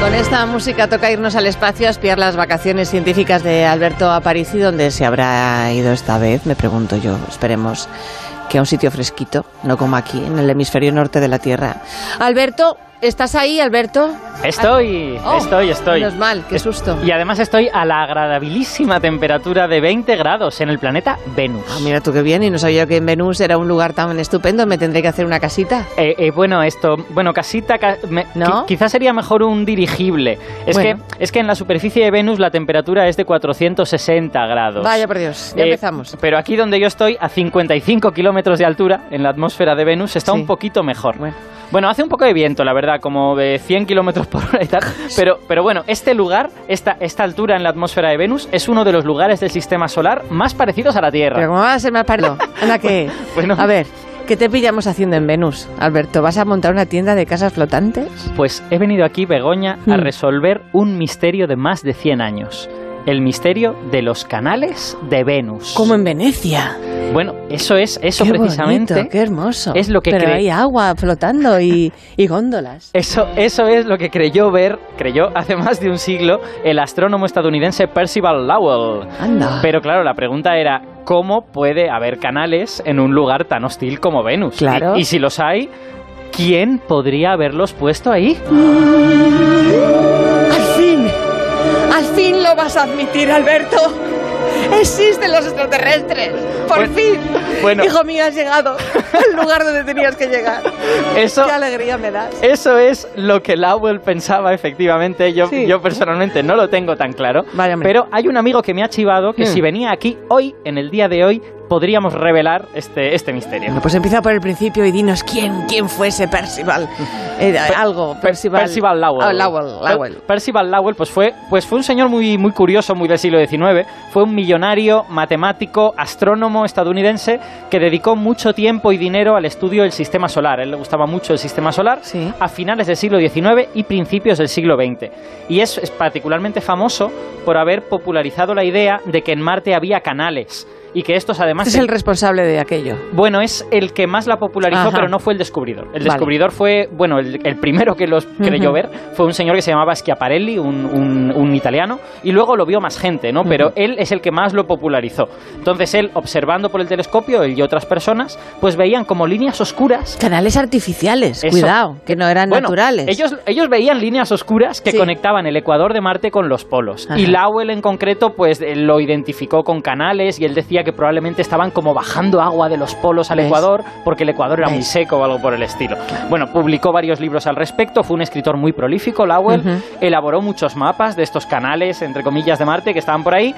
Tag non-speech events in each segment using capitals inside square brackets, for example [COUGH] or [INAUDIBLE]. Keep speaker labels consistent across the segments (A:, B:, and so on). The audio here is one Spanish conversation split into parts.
A: Con esta música toca irnos al espacio a espiar las vacaciones científicas de Alberto Aparici, donde se habrá ido esta vez, me pregunto yo. Esperemos que a un sitio fresquito, no como aquí, en el hemisferio norte de la Tierra. Alberto, ¿estás ahí, Alberto?
B: Estoy,
A: Oh,
B: estoy, estoy.
A: Menos mal, qué susto.
B: Y además estoy a la agradabilísima temperatura de 20 grados en el planeta Venus.
A: Ah, mira tú qué bien, y no sabía que en Venus era un lugar tan estupendo, me tendré que hacer una casita.
B: Eh, eh, bueno, esto, bueno, casita, ca- me-
A: ¿No?
B: qui- quizás sería mejor un dirigible. Es,
A: Bueno.
B: que, es que en la superficie de Venus la temperatura es de 460 grados.
A: Vaya por Dios, ya
B: Eh,
A: empezamos.
B: Pero aquí donde yo estoy, a 55 kilómetros de altura, en la atmósfera de Venus, está
A: Sí.
B: un poquito mejor.
A: Bueno.
B: Bueno. hace un poco de viento, la verdad, como de 100 kilómetros por hora
A: [LAUGHS]
B: y tal. Pero, pero bueno, este lugar, esta, esta altura en la atmósfera de Venus, es uno de los lugares del sistema solar más parecidos a la
A: Pero
B: Tierra.
A: como va a ser más pardo, anda que...
B: [LAUGHS] Bueno.
A: A ver, ¿qué te pillamos haciendo en Venus, Alberto? ¿Vas a montar una tienda de casas flotantes?
B: Pues he venido aquí, Begoña, a
A: Hmm.
B: resolver un misterio de más de 100 años. El misterio de los canales de Venus.
A: Como en Venecia.
B: Bueno, eso es, eso
A: em- Qué
B: precisamente.
A: bonito, qué hermoso.
B: es lo que
A: Pero
B: cree-
A: hay agua flotando y, y góndolas.
B: Eso, eso es lo que creyó ver, creyó hace más de un siglo, el astrónomo estadounidense Percival Lowell.
A: Anda.
B: Pero claro, la pregunta era, ¿cómo puede haber canales en un lugar tan hostil como Venus?
A: Claro.
B: Y, y si los hay, ¿quién podría haberlos puesto ahí?
A: Al fin, al fin lo vas a admitir, Alberto. Existen los extraterrestres. Por
B: Bueno,
A: fin.
B: bueno.
A: Hijo mío, has llegado al lugar donde tenías que llegar.
B: Eso...
A: Qué alegría me das.
B: Eso es lo que Lowell pensaba, efectivamente. Yo,
A: Sí.
B: yo personalmente no lo tengo tan claro.
A: Vaya hombre.
B: pero hay un amigo que me ha chivado que
A: Hmm.
B: si venía aquí hoy, en el día de hoy, podríamos revelar este, este misterio.
A: Bueno, pues empieza por el principio y dinos quién, quién fue ese Percival. Eh, algo,
B: Per-
A: Percival.
B: Percival Lowell.
A: Ah, Lowell,
B: Per-
A: Lowell.
B: Percival Lowell pues fue, pues fue un señor muy, muy curioso, muy del siglo XIX. Fue un millonario, matemático, astrónomo estadounidense que dedicó mucho tiempo y dinero al estudio del sistema solar. A él le gustaba mucho el sistema solar
A: Sí.
B: a finales del siglo XIX y principios del siglo XX. Y es, es particularmente famoso por haber popularizado la idea de que en Marte había canales y que estos además...
A: Este es el responsable de aquello.
B: Bueno, es el que más la popularizó,
A: Ajá.
B: pero no fue el descubridor. El
A: Vale.
B: descubridor fue, bueno, el, el primero que los creyó
A: Ujú.
B: ver fue un señor que se llamaba Schiaparelli, un, un- un italiano, y luego lo vio más gente, ¿no? Pero
A: Ujú.
B: él es el que más lo popularizó. Entonces él, observando por el telescopio, él y otras personas, pues veían como líneas oscuras
A: Canales artificiales,
B: Eso.
A: cuidado, que no eran
B: bueno,
A: naturales.
B: Ellos, ellos veían líneas oscuras que
A: Sí.
B: conectaban el ecuador de Marte con los polos.
A: Ajá.
B: Y Lowell en concreto pues eh, lo identificó con canales y él decía que probablemente estaban como bajando agua de los polos al
A: ¿Ves?
B: ecuador porque el ecuador era muy
A: ¿Ves?
B: seco o algo por el estilo. Bueno, publicó varios libros al respecto, fue un escritor muy prolífico, Lowell,
A: Ujú.
B: elaboró muchos mapas de estos canales, entre comillas, de Marte que estaban por ahí.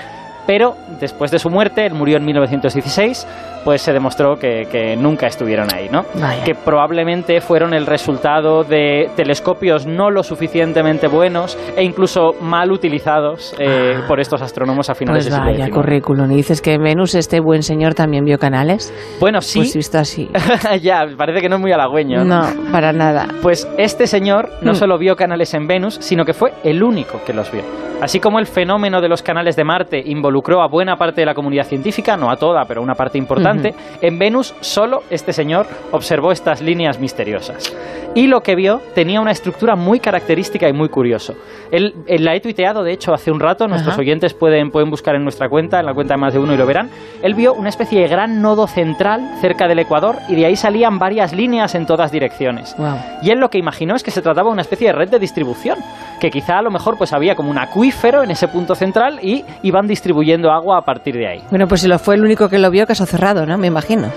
B: Pero después de su muerte, él murió en 1916, pues se demostró que, que nunca estuvieron ahí, ¿no?
A: Vaya.
B: que probablemente fueron el resultado de telescopios no lo suficientemente buenos e incluso mal utilizados eh,
A: Ah.
B: por estos astrónomos a finales
A: Pues
B: del siglo
A: vaya
B: XIX.
A: currículum. Y dices que en Venus este buen señor también vio canales.
B: Bueno, sí,
A: Pues visto [LAUGHS] así.
B: [LAUGHS] ya, parece que no es muy halagüeño.
A: No, para nada.
B: Pues este señor no
A: Hmm.
B: solo vio canales en Venus, sino que fue el único que los vio. Así como el fenómeno de los canales de Marte involucró a buena parte de la comunidad científica, no a toda, pero una parte importante, en Venus solo este señor observó estas líneas misteriosas. Y lo que vio tenía una estructura muy característica y muy curioso. Él, él la he tuiteado, de hecho, hace un rato, nuestros
A: Ajá.
B: oyentes pueden, pueden buscar en nuestra cuenta, en la cuenta de más de uno y lo verán. Él vio una especie de gran nodo central cerca del ecuador y de ahí salían varias líneas en todas direcciones.
A: Wow.
B: Y él lo que imaginó es que se trataba de una especie de red de distribución, que quizá a lo mejor pues había como un acuífero en ese punto central y iban distribuyendo agua a partir de ahí.
A: Bueno, pues si lo fue el único que lo vio, caso cerrado, ¿no? Me imagino.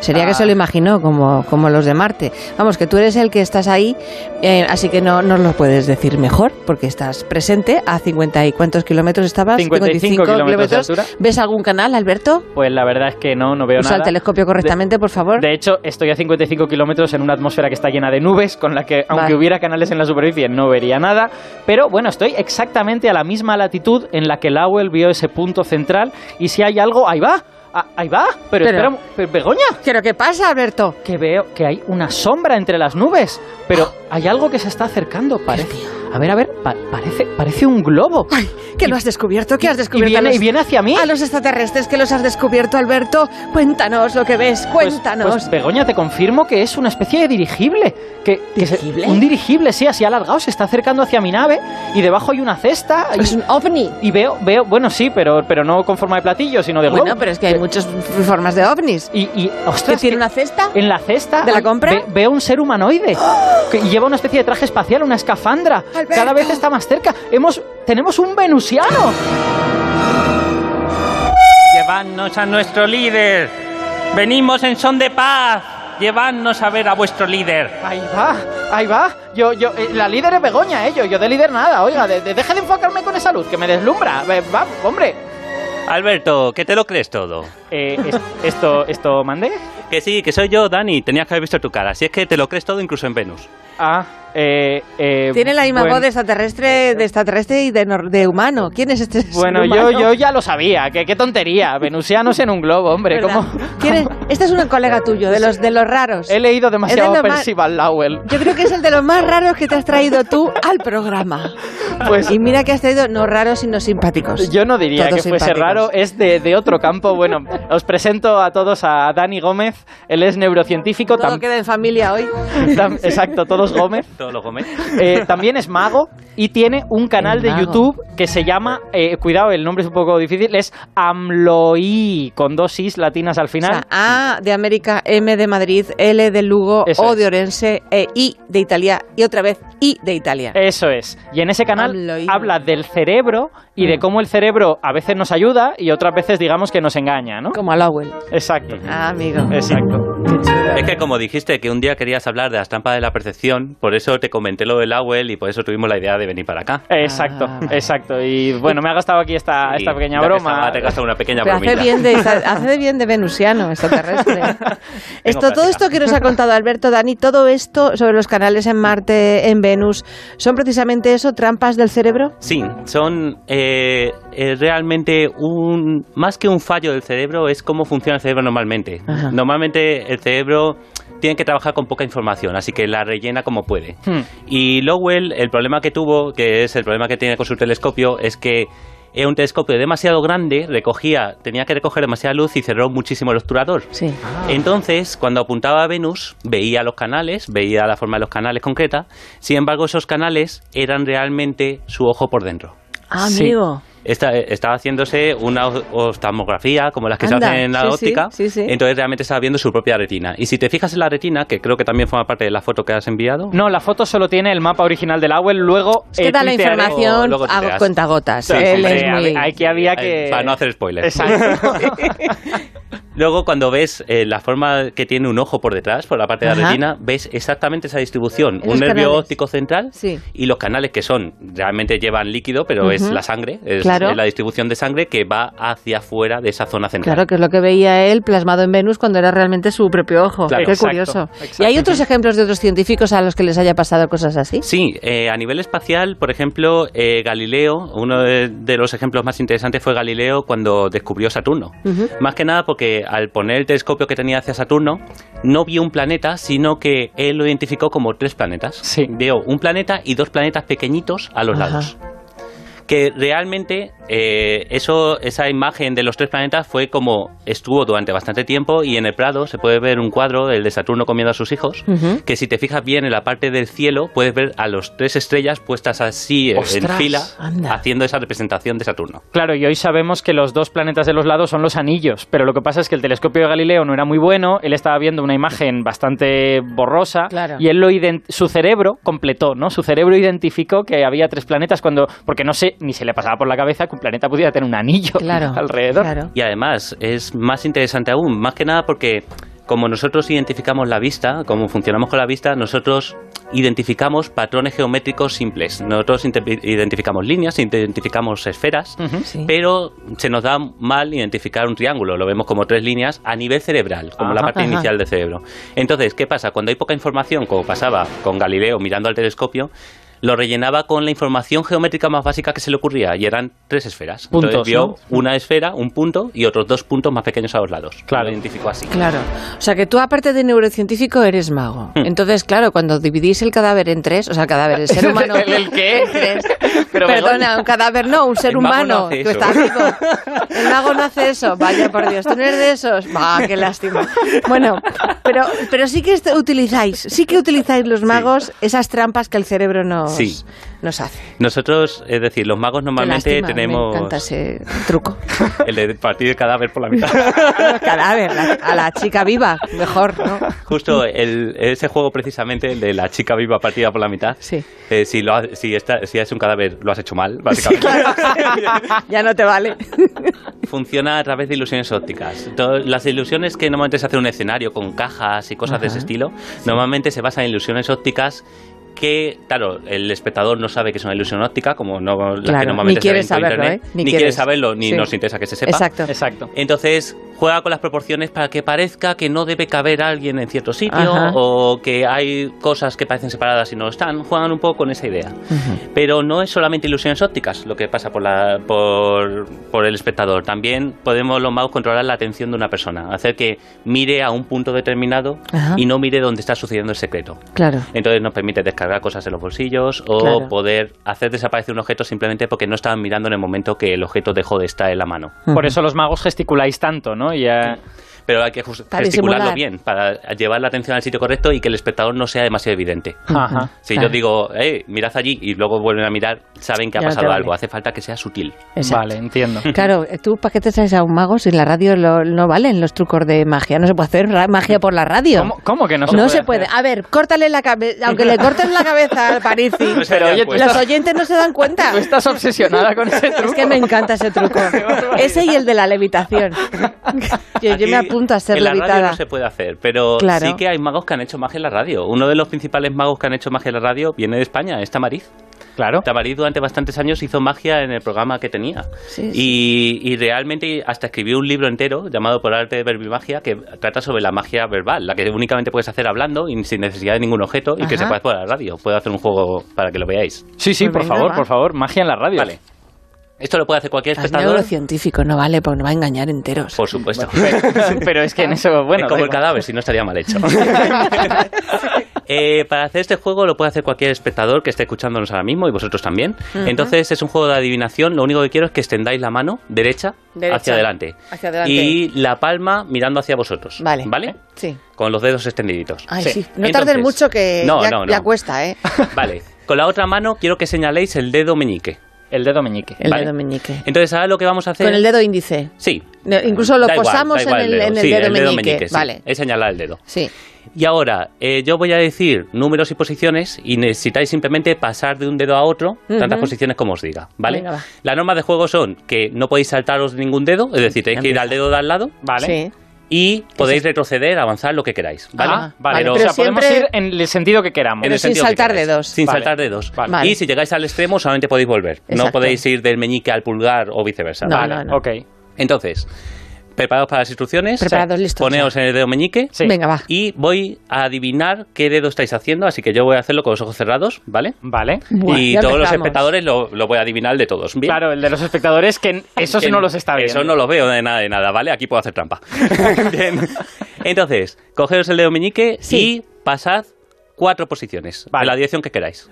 A: Sería que
B: Ah.
A: se lo imaginó, como, como los de Marte. Vamos, que tú eres el que estás ahí, eh, así que no nos lo puedes decir mejor, porque estás presente a 50 y cuántos kilómetros estabas.
B: 55 kilómetros de altura.
A: ¿Ves algún canal, Alberto?
B: Pues la verdad es que no, no veo
A: Usa el
B: nada.
A: telescopio correctamente, por favor.
B: De hecho, estoy a 55 kilómetros en una atmósfera que está llena de nubes, con la que, aunque
A: Vale.
B: hubiera canales en la superficie, no vería nada. Pero bueno, estoy exactamente a la misma latitud en la que Lowell vio ese punto central. Y si hay algo, ahí va, ah, ahí va.
A: Pero-
B: Pero, espera, un- pero, Begoña,
A: ¿Pero qué pasa, Alberto? Ah.
B: que veo que hay una sombra entre las nubes. Pero hay algo que se está acercando, parece. a ver, a ver, pa- parece, parece un globo.
A: Ay, que lo has descubierto, que has
B: Y
A: descubierto.
B: viene,
A: a los-
B: y viene hacia mí.
A: A los extraterrestres que los has descubierto, Alberto. Cuéntanos lo que ves,
B: Pues-
A: cuéntanos.
B: Pues, Begoña, te confirmo que es una especie de dirigible. Que, que se-
A: ¿Dirigible?
B: un dirigible, sí, así alargado, se está acercando hacia mi nave y debajo hay una cesta. y-
C: Es un ovni.
B: Y veo, veo, bueno, sí, pero, pero no con forma de platillo, sino de globo.
A: bueno, pero es que hay muchas f- formas de ovnis.
B: Y, y
A: ¿Que
B: eh, ostras,
A: tiene
B: que eh,
A: una cesta?
B: en la cesta
A: ¿De la compra?
B: ve- veo un ser
A: [GASPS]
B: humanoide que lleva una especie de traje espacial, una escafandra.
A: ¡Alberto!
B: Cada vez está más cerca. Hemos, tenemos un venusiano.
D: Llevadnos a nuestro líder. Venimos en son de paz. Llevadnos a ver a vuestro líder.
B: Ahí va, ahí va. Yo, yo, eh, la líder es Begoña, eh. Yo, yo de líder nada. Oiga, de- de- deja de enfocarme con esa luz que me deslumbra. Ve- va, hombre.
D: Alberto, que te lo crees todo.
B: Eh, es- esto, esto mandé.
D: Que sí, que soy yo, Dani. Tenías que haber visto tu cara. Así es que te lo crees todo incluso en Venus.
B: Ah, eh, eh,
A: Tiene la misma
B: bueno,
A: voz de extraterrestre, de extraterrestre y de, nor- de humano. ¿Quién es este ser
B: Bueno, yo,
A: humano?
B: yo ya lo sabía. Qué, qué tontería. Venusianos en un globo, hombre.
A: [LAUGHS] ¿Verdad?
B: ¿Cómo?
A: ¿Quién es? Este es un colega tuyo, de los, de los raros.
B: He leído demasiado
A: Es de lo más-
B: Percival Lowell.
A: Yo creo que es el de los más raros que te has traído tú al programa.
B: Pues
A: Y mira que has traído no raros, sino simpáticos.
B: yo no diría
A: Pues Todos
B: que fuese
A: simpáticos.
B: raro, es de, de otro campo. Bueno, os presento a todos a Dani Gómez, él es neurocientífico,
A: Todo
B: tam-
A: queda en familia hoy.
B: tam- exacto, todos Gómez.
D: Todos los Gómez.
B: Eh, también es mago y tiene un canal
A: Es
B: de
A: mago.
B: YouTube que se llama, eh, cuidado, el nombre es un poco difícil, es Amloí, con dos is latinas al
A: O
B: final.
A: sea, A de América, M de Madrid, L de Lugo,
B: Eso
A: O
B: es.
A: de Orense, e I de Italia y otra vez I de Italia.
B: Eso es. Y en ese canal
A: Amloí. Mm.
B: habla del cerebro y de cómo el cerebro a veces nos ayuda y otras veces digamos que nos engaña, ¿no?
A: Como al Owl.
B: Exacto.
A: Ah, amigo.
B: Exacto.
D: Es que como dijiste que un día querías hablar de las trampas de la percepción, por eso te comenté lo del Owl y por eso tuvimos la idea de venir para acá.
B: Exacto,
A: Ah.
B: exacto. Y bueno, me ha gastado aquí esta,
D: Y
B: esta pequeña
D: ya que
B: broma.
D: estaba, Te he gastado una pequeña
A: Pero hace
D: bromilla.
A: bien, de, hace bien de venusiano, extraterrestre. esto, todo
D: práctica.
A: esto que nos ha contado Alberto, Dani, todo esto sobre los canales en Marte, en Venus, ¿son precisamente eso, trampas del cerebro?
D: Sí, son eh, eh, realmente un más que un fallo del cerebro es cómo funciona el cerebro normalmente.
A: Ajá.
D: Normalmente el cerebro tiene que trabajar con poca información, así que la rellena como puede.
B: Hmm.
D: Y Lowell, el problema que tuvo, que es el problema que tiene con su telescopio, es que era un telescopio demasiado grande, recogía, tenía que recoger demasiada luz y cerró muchísimo el obturador.
A: Sí.
D: Entonces, cuando apuntaba a Venus, veía los canales, veía la forma de los canales concreta. Sin embargo, esos canales eran realmente su ojo por dentro.
B: Sí.
A: Ah, amigo.
D: Esta- estaba haciéndose una o- oftalmografía como las que
A: Anda,
D: se hacen en la
A: sí, sí,
D: óptica.
A: sí, sí.
D: Entonces, realmente estaba viendo su propia retina. Y si te fijas en la retina, que creo que también forma parte de la foto que has enviado.
B: No, la foto solo tiene el mapa original del Owl, luego...
A: Es que
B: eh,
A: da la
B: tuitearé-
A: información
D: luego te
A: a
D: das.
A: cuentagotas.
D: Sí,
A: Él
D: hombre,
A: es
B: a
A: muy...
B: ver, Aquí había que...
D: Eh, Para no hacer spoilers.
B: Exacto.
D: Luego, cuando ves eh, la forma que tiene un ojo por detrás, por la parte de
A: Ajá.
D: la retina, ves exactamente esa distribución.
A: Esos
D: Un nervio
A: canales.
D: óptico central
A: Sí.
D: y los canales que son, realmente llevan líquido, pero es
A: Ujú.
D: la sangre, es,
A: Claro.
D: es la distribución de sangre que va hacia afuera de esa zona central.
A: Claro, que es lo que veía él plasmado en Venus cuando era realmente su propio ojo.
D: Claro,
A: Qué
B: exacto,
A: curioso.
B: exacto.
A: ¿Y hay otros ejemplos de otros científicos a los que les haya pasado cosas así?
D: Sí, eh, a nivel espacial, por ejemplo, eh, Galileo, uno de, de los ejemplos más interesantes fue Galileo cuando descubrió Saturno.
A: Ujú.
D: Más que nada porque al poner el telescopio que tenía hacia Saturno, no vio un planeta, sino que él lo identificó como tres planetas.
B: Sí.
D: Vio un planeta y dos planetas pequeñitos a los
A: Ajá.
D: lados. Que realmente eh, eso, esa imagen de los tres planetas fue como estuvo durante bastante tiempo y en el Prado se puede ver un cuadro, el de Saturno comiendo a sus hijos,
A: Ujú.
D: que si te fijas bien en la parte del cielo puedes ver a los tres estrellas puestas así eh,
B: ¡Ostras!
D: en fila
A: Anda.
D: haciendo esa representación de Saturno.
B: [LAUGHS] Claro, y hoy sabemos que los dos planetas de los lados son los anillos, pero lo que pasa es que el telescopio de Galileo no era muy bueno, él estaba viendo una imagen bastante borrosa
A: Claro.
B: y él lo ident- su cerebro completó, ¿no? Su cerebro identificó que había tres planetas cuando porque no sé ni se le pasaba por la cabeza que un planeta pudiera tener un anillo
A: Claro.
B: [LAUGHS] alrededor.
A: Claro.
D: Y además es más interesante aún, más que nada porque como nosotros identificamos la vista, como funcionamos con la vista, nosotros identificamos patrones geométricos simples. Nosotros inte- identificamos líneas, identificamos esferas,
B: Ujú.
A: Sí.
D: pero se nos da mal identificar un triángulo. Lo vemos como tres líneas a nivel cerebral, como la
B: Ajá,
D: parte
A: ajá.
D: inicial del cerebro. Entonces, ¿qué pasa? Cuando hay poca información, como pasaba con Galileo mirando al telescopio, lo rellenaba con la información geométrica más básica que se le ocurría y eran tres esferas.
B: Puntos,
D: Entonces vio
B: ¿no?
D: una esfera, un punto y otros dos puntos más pequeños a los lados.
B: Claro.
D: Lo identificó así.
A: Claro. O sea, que tú, aparte de neurocientífico, eres mago.
D: Hmm.
A: Entonces, claro, cuando dividís el cadáver en tres, o sea, el cadáver, el
D: [LAUGHS]
A: ser humano.
B: ¿El- el
A: [LAUGHS]
B: qué?
A: en tres.
B: Pero,
A: Perdona,
B: Begoña.
A: un cadáver no, un ser
D: El mago
A: humano
D: no hace
A: que
D: eso.
A: está vivo. El mago no hace eso. Vaya, por Dios, tú no eres de esos. Bah, qué lástima. Bueno, pero, pero sí que est- utilizáis, sí que utilizáis los magos esas trampas que el cerebro nos,
D: Sí.
A: nos hace. Qué
D: Nosotros, es decir, los magos normalmente
A: lástima, Me encanta
D: tenemos
A: ese truco.
D: [LAUGHS]
A: [LAUGHS]
D: el de partir el cadáver por la mitad.
A: Al cadáver, la- a la chica viva, mejor, ¿no?
D: Justo el, ese juego precisamente, el de la chica viva partida por la mitad.
A: Sí.
D: Eh, si, lo ha- si, esta- si es un cadáver, lo has
A: [LAUGHS]
D: hecho mal, básicamente.
A: Ya no te vale.
D: Funciona a través de ilusiones ópticas. To- Las ilusiones que normalmente se hace en un escenario con cajas y cosas de ese estilo, normalmente se basan en ilusiones ópticas que, claro, el espectador no sabe que es una ilusión óptica, como no las
A: Claro,
D: que normalmente
A: ni quiere
D: se ven por
A: saberlo,
D: internet,
A: ¿eh? Ni
D: ni,
A: quiere.
D: quiere saberlo, ni
A: Sí.
D: nos interesa que se sepa.
A: Exacto.
B: Exacto.
D: Entonces juega con las proporciones para que parezca que no debe caber alguien en cierto sitio
A: Ajá.
D: o que hay cosas que parecen separadas y no lo están. Juegan un poco con esa idea. Pero no es solamente ilusiones ópticas lo que pasa por, la, por, por el espectador. También podemos los magos controlar la atención de una persona, hacer que mire a un punto determinado
A: Ajá.
D: y no mire dónde está sucediendo el secreto.
A: Claro.
D: Entonces nos permite descargar cosas en los bolsillos o
A: Claro.
D: poder hacer desaparecer un objeto simplemente porque no estaban mirando en el momento que el objeto dejó de estar en la mano.
B: Por eso los magos gesticuláis tanto, ¿no? Y, eh,
D: Pero hay que jus-
A: Para
D: gesticularlo
A: disimular.
D: bien, para llevar la atención al sitio correcto y que el espectador no sea demasiado evidente.
B: ajá.
D: Si
A: Claro.
D: yo digo, eh, mirad allí y luego vuelven a mirar, saben que
A: Ya
D: ha
A: no te
D: pasado
A: vale.
D: algo. Hace falta que sea sutil.
A: Exacto.
B: Vale, entiendo.
A: Claro, tú para qué te traes a un mago si en la radio lo- no valen los trucos de magia, no se puede hacer ra- magia por la radio.
B: ¿Cómo, cómo que no se
A: No
B: puede?
A: se puede. Ah,
B: hacer?
A: A ver, córtale la cabeza, aunque le corten la cabeza al Parisi,
D: No se harían
B: oye, tú
D: cuentas.
A: los oyentes no se dan cuenta.
B: Tú estás obsesionada con ese
A: [LAUGHS]
B: truco.
A: Es que me encanta ese
D: [LAUGHS]
A: truco. Ese y el de la levitación. Yo, yo me
D: Aquí,
A: apunto a ser
D: en la radio
A: levitada.
D: no se puede hacer, pero
A: Claro.
D: sí que hay magos que han hecho magia en la radio. Uno de los principales magos que han hecho magia en la radio viene de España, es Tamariz.
B: Claro.
A: Pues
D: Tamariz durante bastantes años hizo magia en el programa que tenía.
A: Sí,
D: Y, y realmente hasta escribió un libro entero llamado Por Arte de Verbimagia que trata sobre la magia verbal, la que únicamente puedes hacer hablando y sin necesidad de ningún objeto y
A: Ajá.
D: que se puede hacer por la radio. Puedo hacer un juego para que lo veáis.
B: Sí, sí,
A: Pues
B: por
A: venga,
B: favor,
A: va.
B: por favor. Magia en la radio.
D: Vale. Esto lo puede hacer cualquier
A: Es
D: espectador.
A: neurocientífico, no vale, porque nos va a engañar enteros.
D: Por supuesto.
B: [LAUGHS]
A: [LAUGHS]
B: Pero es que en eso, bueno.
D: es como
B: da
D: el
B: igual.
D: cadáver, si no estaría
B: [LAUGHS]
D: mal hecho. [LAUGHS] Eh, para hacer este juego lo puede hacer cualquier espectador que esté escuchándonos ahora mismo y vosotros también. Entonces es un juego de adivinación. Lo único que quiero es que extendáis la mano derecha,
A: Derecha.
D: hacia adelante.
A: Hacia adelante.
D: Y la palma mirando hacia vosotros.
A: Vale.
D: ¿Vale?
A: Sí.
D: Con los dedos extendiditos.
A: Ay, sí. No
D: Entonces-
A: tarden mucho que
D: No,
A: ya,
D: no, no.
A: ya cuesta, ¿eh?
D: [LAUGHS] Vale. Con la otra mano quiero que señaléis el dedo meñique.
B: El dedo meñique.
A: El
D: Vale. Eh,
A: dedo meñique.
D: Entonces ahora lo que vamos a hacer...
A: Con el dedo índice.
D: Sí.
A: No, incluso lo
D: Da igual,
A: posamos
D: da igual
A: en el, en el
D: Sí,
A: dedo meñique.
D: sí.
A: Vale.
D: Es señalar el dedo.
A: Sí.
D: Y ahora, eh, yo voy a decir números y posiciones y necesitáis simplemente pasar de un dedo a otro tantas
A: Ujú.
D: posiciones como os diga, ¿vale?
A: Venga, va.
D: Las normas de juego son que no podéis saltaros ningún dedo, es decir, tenéis que ir al dedo de al lado
B: Vale.
A: Sí.
D: y podéis retroceder, avanzar lo que queráis, ¿vale?
B: Ah, vale.
A: Pero
B: o sea, podemos ir
A: siempre-
B: en el sentido que queramos.
A: Pero
D: el
A: sin
D: sentido que
A: saltar
D: queráis.
A: dedos.
D: Sin
B: Vale.
D: saltar dedos.
A: Vale.
D: Y si llegáis al extremo solamente podéis volver.
A: Exacto.
D: No podéis ir del meñique al pulgar o viceversa.
A: No,
D: ¿vale?
A: no, no.
B: Ok.
D: Entonces, preparados para las instrucciones.
A: Preparados,
D: Sí.
A: listos,
D: Poneos en el dedo meñique.
B: Sí.
A: Venga, va.
D: Y voy a adivinar qué dedo estáis haciendo, así que yo voy a hacerlo con los ojos cerrados, ¿vale?
B: Vale.
A: Buah,
D: y
A: ya
D: todos los
A: empezamos.
D: espectadores lo, lo voy a adivinar el de todos. ¿bien?
B: Claro, el de los espectadores,
D: [LAUGHS]
B: que esos
D: Que
B: no los está viendo.
D: Eso no los veo de nada, de nada, ¿vale? Aquí puedo
A: [LAUGHS]
D: hacer trampa. Bien. Entonces, cogeros el dedo meñique
A: Sí.
D: y pasad cuatro posiciones,
B: Vale.
D: a la dirección que queráis.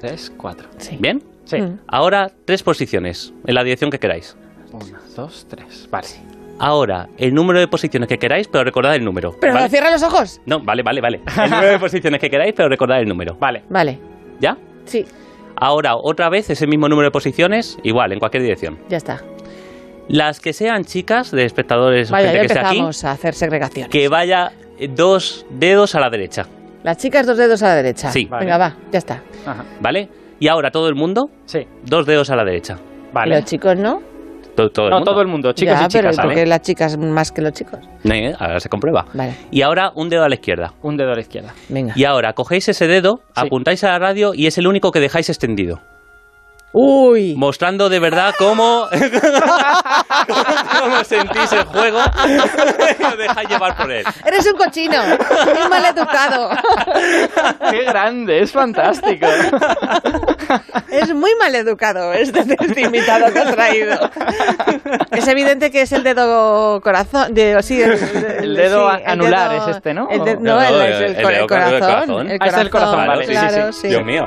B: Tres, cuatro.
A: Sí.
D: ¿Bien?
B: Sí.
A: Mm.
D: Ahora tres posiciones, en la dirección que queráis.
B: Uno, dos, tres. Vale.
D: Ahora, el número de posiciones que queráis, pero recordad el número.
A: Pero
D: ¿vale?
A: cierra los ojos.
D: No, vale, vale,
A: [LAUGHS]
D: vale. El número de posiciones que queráis, pero recordad el número.
B: Vale.
A: Vale.
D: ¿Ya?
A: Sí,
D: Ahora, otra vez, ese mismo número de posiciones, igual, en cualquier dirección.
A: ya está.
D: Las que sean chicas de espectadores o
A: Vaya, ya
D: gente que esté aquí,
A: empezamos a hacer segregación.
D: que vaya eh, dos dedos a la derecha,
A: Las chicas dos dedos a la derecha.
D: Sí.
A: Venga, va, ya está.
B: Ajá.
D: ¿vale? Y ahora todo el mundo,
B: Sí.
D: dos dedos a la derecha.
A: ¿Y los
B: Vale.
A: chicos no?
D: To- todo el
B: No,
D: mundo.
B: todo el mundo, chicos
A: ya,
B: y
A: pero
B: chicas. ¿vale?
A: porque las chicas más que los chicos.
D: [LAUGHS] Eh, ahora se comprueba.
A: Vale.
D: Y ahora un dedo a la izquierda.
B: Un dedo a la izquierda. [LAUGHS]
A: Venga.
D: Y ahora cogéis ese dedo, apuntáis a la radio y es el único que dejáis extendido.
A: Uy.
D: mostrando de verdad cómo, [LAUGHS]
B: [LAUGHS]
D: cómo sentís el juego [LAUGHS] y os dejáis llevar por él.
A: Eres un cochino,
D: [LAUGHS]
A: un maleducado.
B: ¡Qué grande! ¡Es fantástico!
A: Es muy maleducado este, este invitado que has traído. Es evidente que es el dedo corazón. de- sí, el,
B: El dedo
A: sí, el
B: anular
A: dedo-
B: es este, ¿no?
A: el de-
B: ¿O?
A: no,
D: No,
A: el,
D: no,
A: es el,
D: el
A: cor-
D: dedo
A: el
D: con el
A: corazón.
D: corazón.
B: Ah, es el corazón, vale, sí, sí,
A: claro,
B: sí.
A: sí.
D: Dios mío.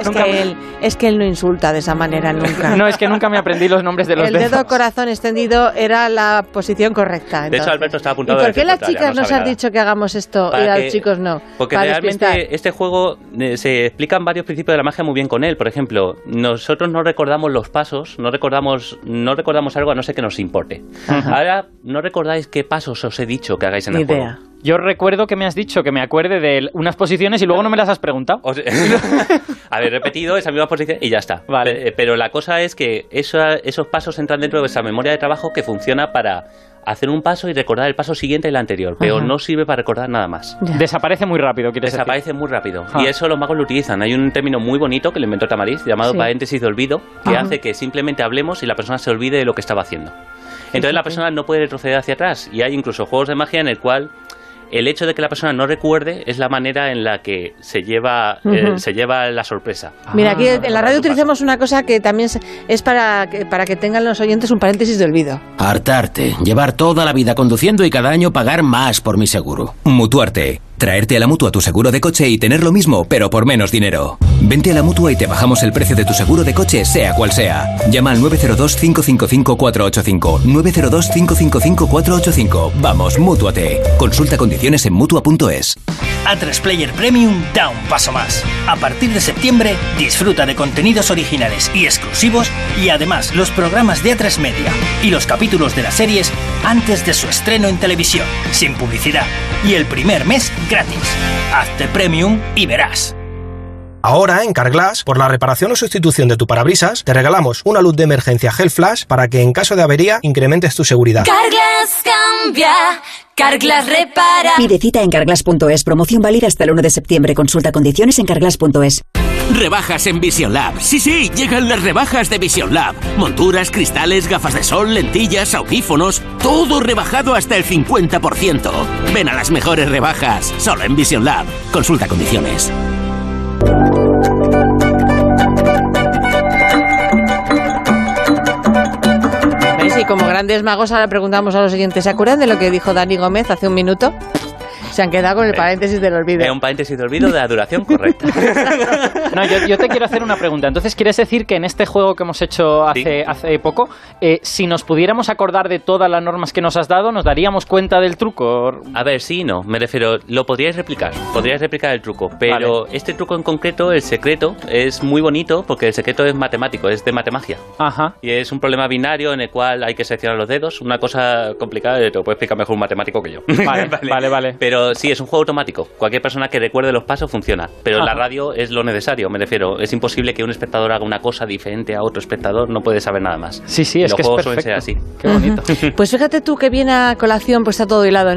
A: Es que él, es que él no insulta de esa manera nunca.
B: [LAUGHS] No, es que nunca me aprendí los nombres de los
A: el
B: dedos.
A: dedo corazón extendido era la posición correcta.
D: De hecho,
A: entonces.
D: Alberto está
A: ¿Y
D: apuntado
A: por qué las chicas
D: no
A: nos han dicho que hagamos esto y
D: Para
A: a
D: que-
A: los chicos no?
D: Porque
A: Para
D: realmente
A: despistar.
D: este juego eh, se explican varios principios de la magia muy bien con él. Por ejemplo, nosotros no recordamos los pasos, no recordamos, no recordamos algo a no ser que nos importe. Ahora, ¿no recordáis qué pasos os he dicho que hagáis en
A: Ni
D: el juego?
A: idea.
B: Yo recuerdo que me has dicho que me acuerde de unas posiciones y luego no me las has preguntado.
D: O sea, [LAUGHS] haber repetido esa misma posición y ya está.
B: Vale.
D: Pe- eh, Pero, la cosa es que esa- esos pasos entran dentro de esa memoria de trabajo que funciona para hacer un paso y recordar el paso siguiente y el anterior, pero
A: Ajá.
D: no sirve para recordar nada más.
A: Ya.
B: Desaparece muy rápido, quieres decir.
D: Desaparece muy rápido.
B: Ah.
D: Y eso los magos lo utilizan. Hay un término muy bonito que lo inventó Tamariz, llamado
A: Sí.
D: paréntesis de olvido, que
A: Ajá.
D: hace que simplemente hablemos y la persona se olvide de lo que estaba haciendo. Entonces la
A: Fíjate.
D: persona no puede retroceder hacia atrás. Y hay incluso juegos de magia en el cual el hecho de que la persona no recuerde es la manera en la que se lleva, eh,
A: Ujú. Ah,
D: se lleva la sorpresa.
A: Mira, aquí en la
D: para
A: radio
D: tu
A: utilizamos una cosa que también se- es para que, para que tengan los oyentes un paréntesis de olvido.
C: Hartarte, llevar toda la vida conduciendo y cada año pagar más por mi seguro.
E: Mutuarte. Traerte a la mutua tu seguro de coche y tener lo mismo, pero por menos dinero. Vente a la mutua y te bajamos el precio de tu seguro de coche, sea cual sea. Llama al 902-555-485. 902-555-485. Vamos, mútuate. Consulta condiciones en mutua.es.
F: A3 Player Premium da un paso más. A partir de septiembre, disfruta de contenidos originales y exclusivos y además los programas de A3 Media y los capítulos de las series antes de su estreno en televisión, sin publicidad y el primer mes gratis. Hazte Premium y verás.
G: Ahora en Carglass, por la reparación o sustitución de tu parabrisas, te regalamos una luz de emergencia Hell Flash para que en caso de avería incrementes tu seguridad.
H: Carglas cambia, Carglas repara.
I: Pide cita en carglass.es. Promoción válida hasta el 1 de septiembre. Consulta condiciones en carglass.es.
C: Rebajas en Vision Lab. Sí, sí, llegan las rebajas de Vision Lab. Monturas, cristales, gafas de sol, lentillas, audífonos, todo rebajado hasta el 50%. Ven a las mejores rebajas, solo en Vision Lab. Consulta condiciones.
A: ¿Veis? Y como grandes magos ahora preguntamos a los oyentes, ¿se acuerdan de lo que dijo Dani Gómez hace un minuto? Se han quedado con el
D: Eh,
A: paréntesis del olvido.
D: Es un paréntesis de olvido de la duración correcta.
B: No, yo, yo te quiero hacer una pregunta. Entonces, ¿quieres decir que en este juego que hemos hecho hace,
D: Sí.
B: hace poco, eh, si nos pudiéramos acordar de todas las normas que nos has dado, nos daríamos cuenta del truco?
D: A ver, sí y no. Me refiero, lo podríais replicar. Podríais replicar el truco. Pero este truco en concreto, el secreto, es muy bonito porque el secreto es matemático, es de matemagia.
B: Ajá.
D: Y es un problema binario en el cual hay que seccionar los dedos. Una cosa complicada, eh, te lo puede explicar mejor un matemático que yo.
B: Vale,
D: [LAUGHS]
B: vale, vale.
D: Pero sí, es un juego automático. Cualquier persona que recuerde los pasos funciona. Pero la
B: Ajá.
D: radio es lo necesario, me refiero. Es imposible que un espectador haga una cosa diferente a otro espectador, no puede saber nada más.
B: Sí, sí,
D: Y
B: es
D: los
B: que es
D: juegos suelen
B: perfecto.
D: ser así.
B: [LAUGHS] Qué bonito.
A: Pues fíjate tú que viene a colación, pues está todo hilado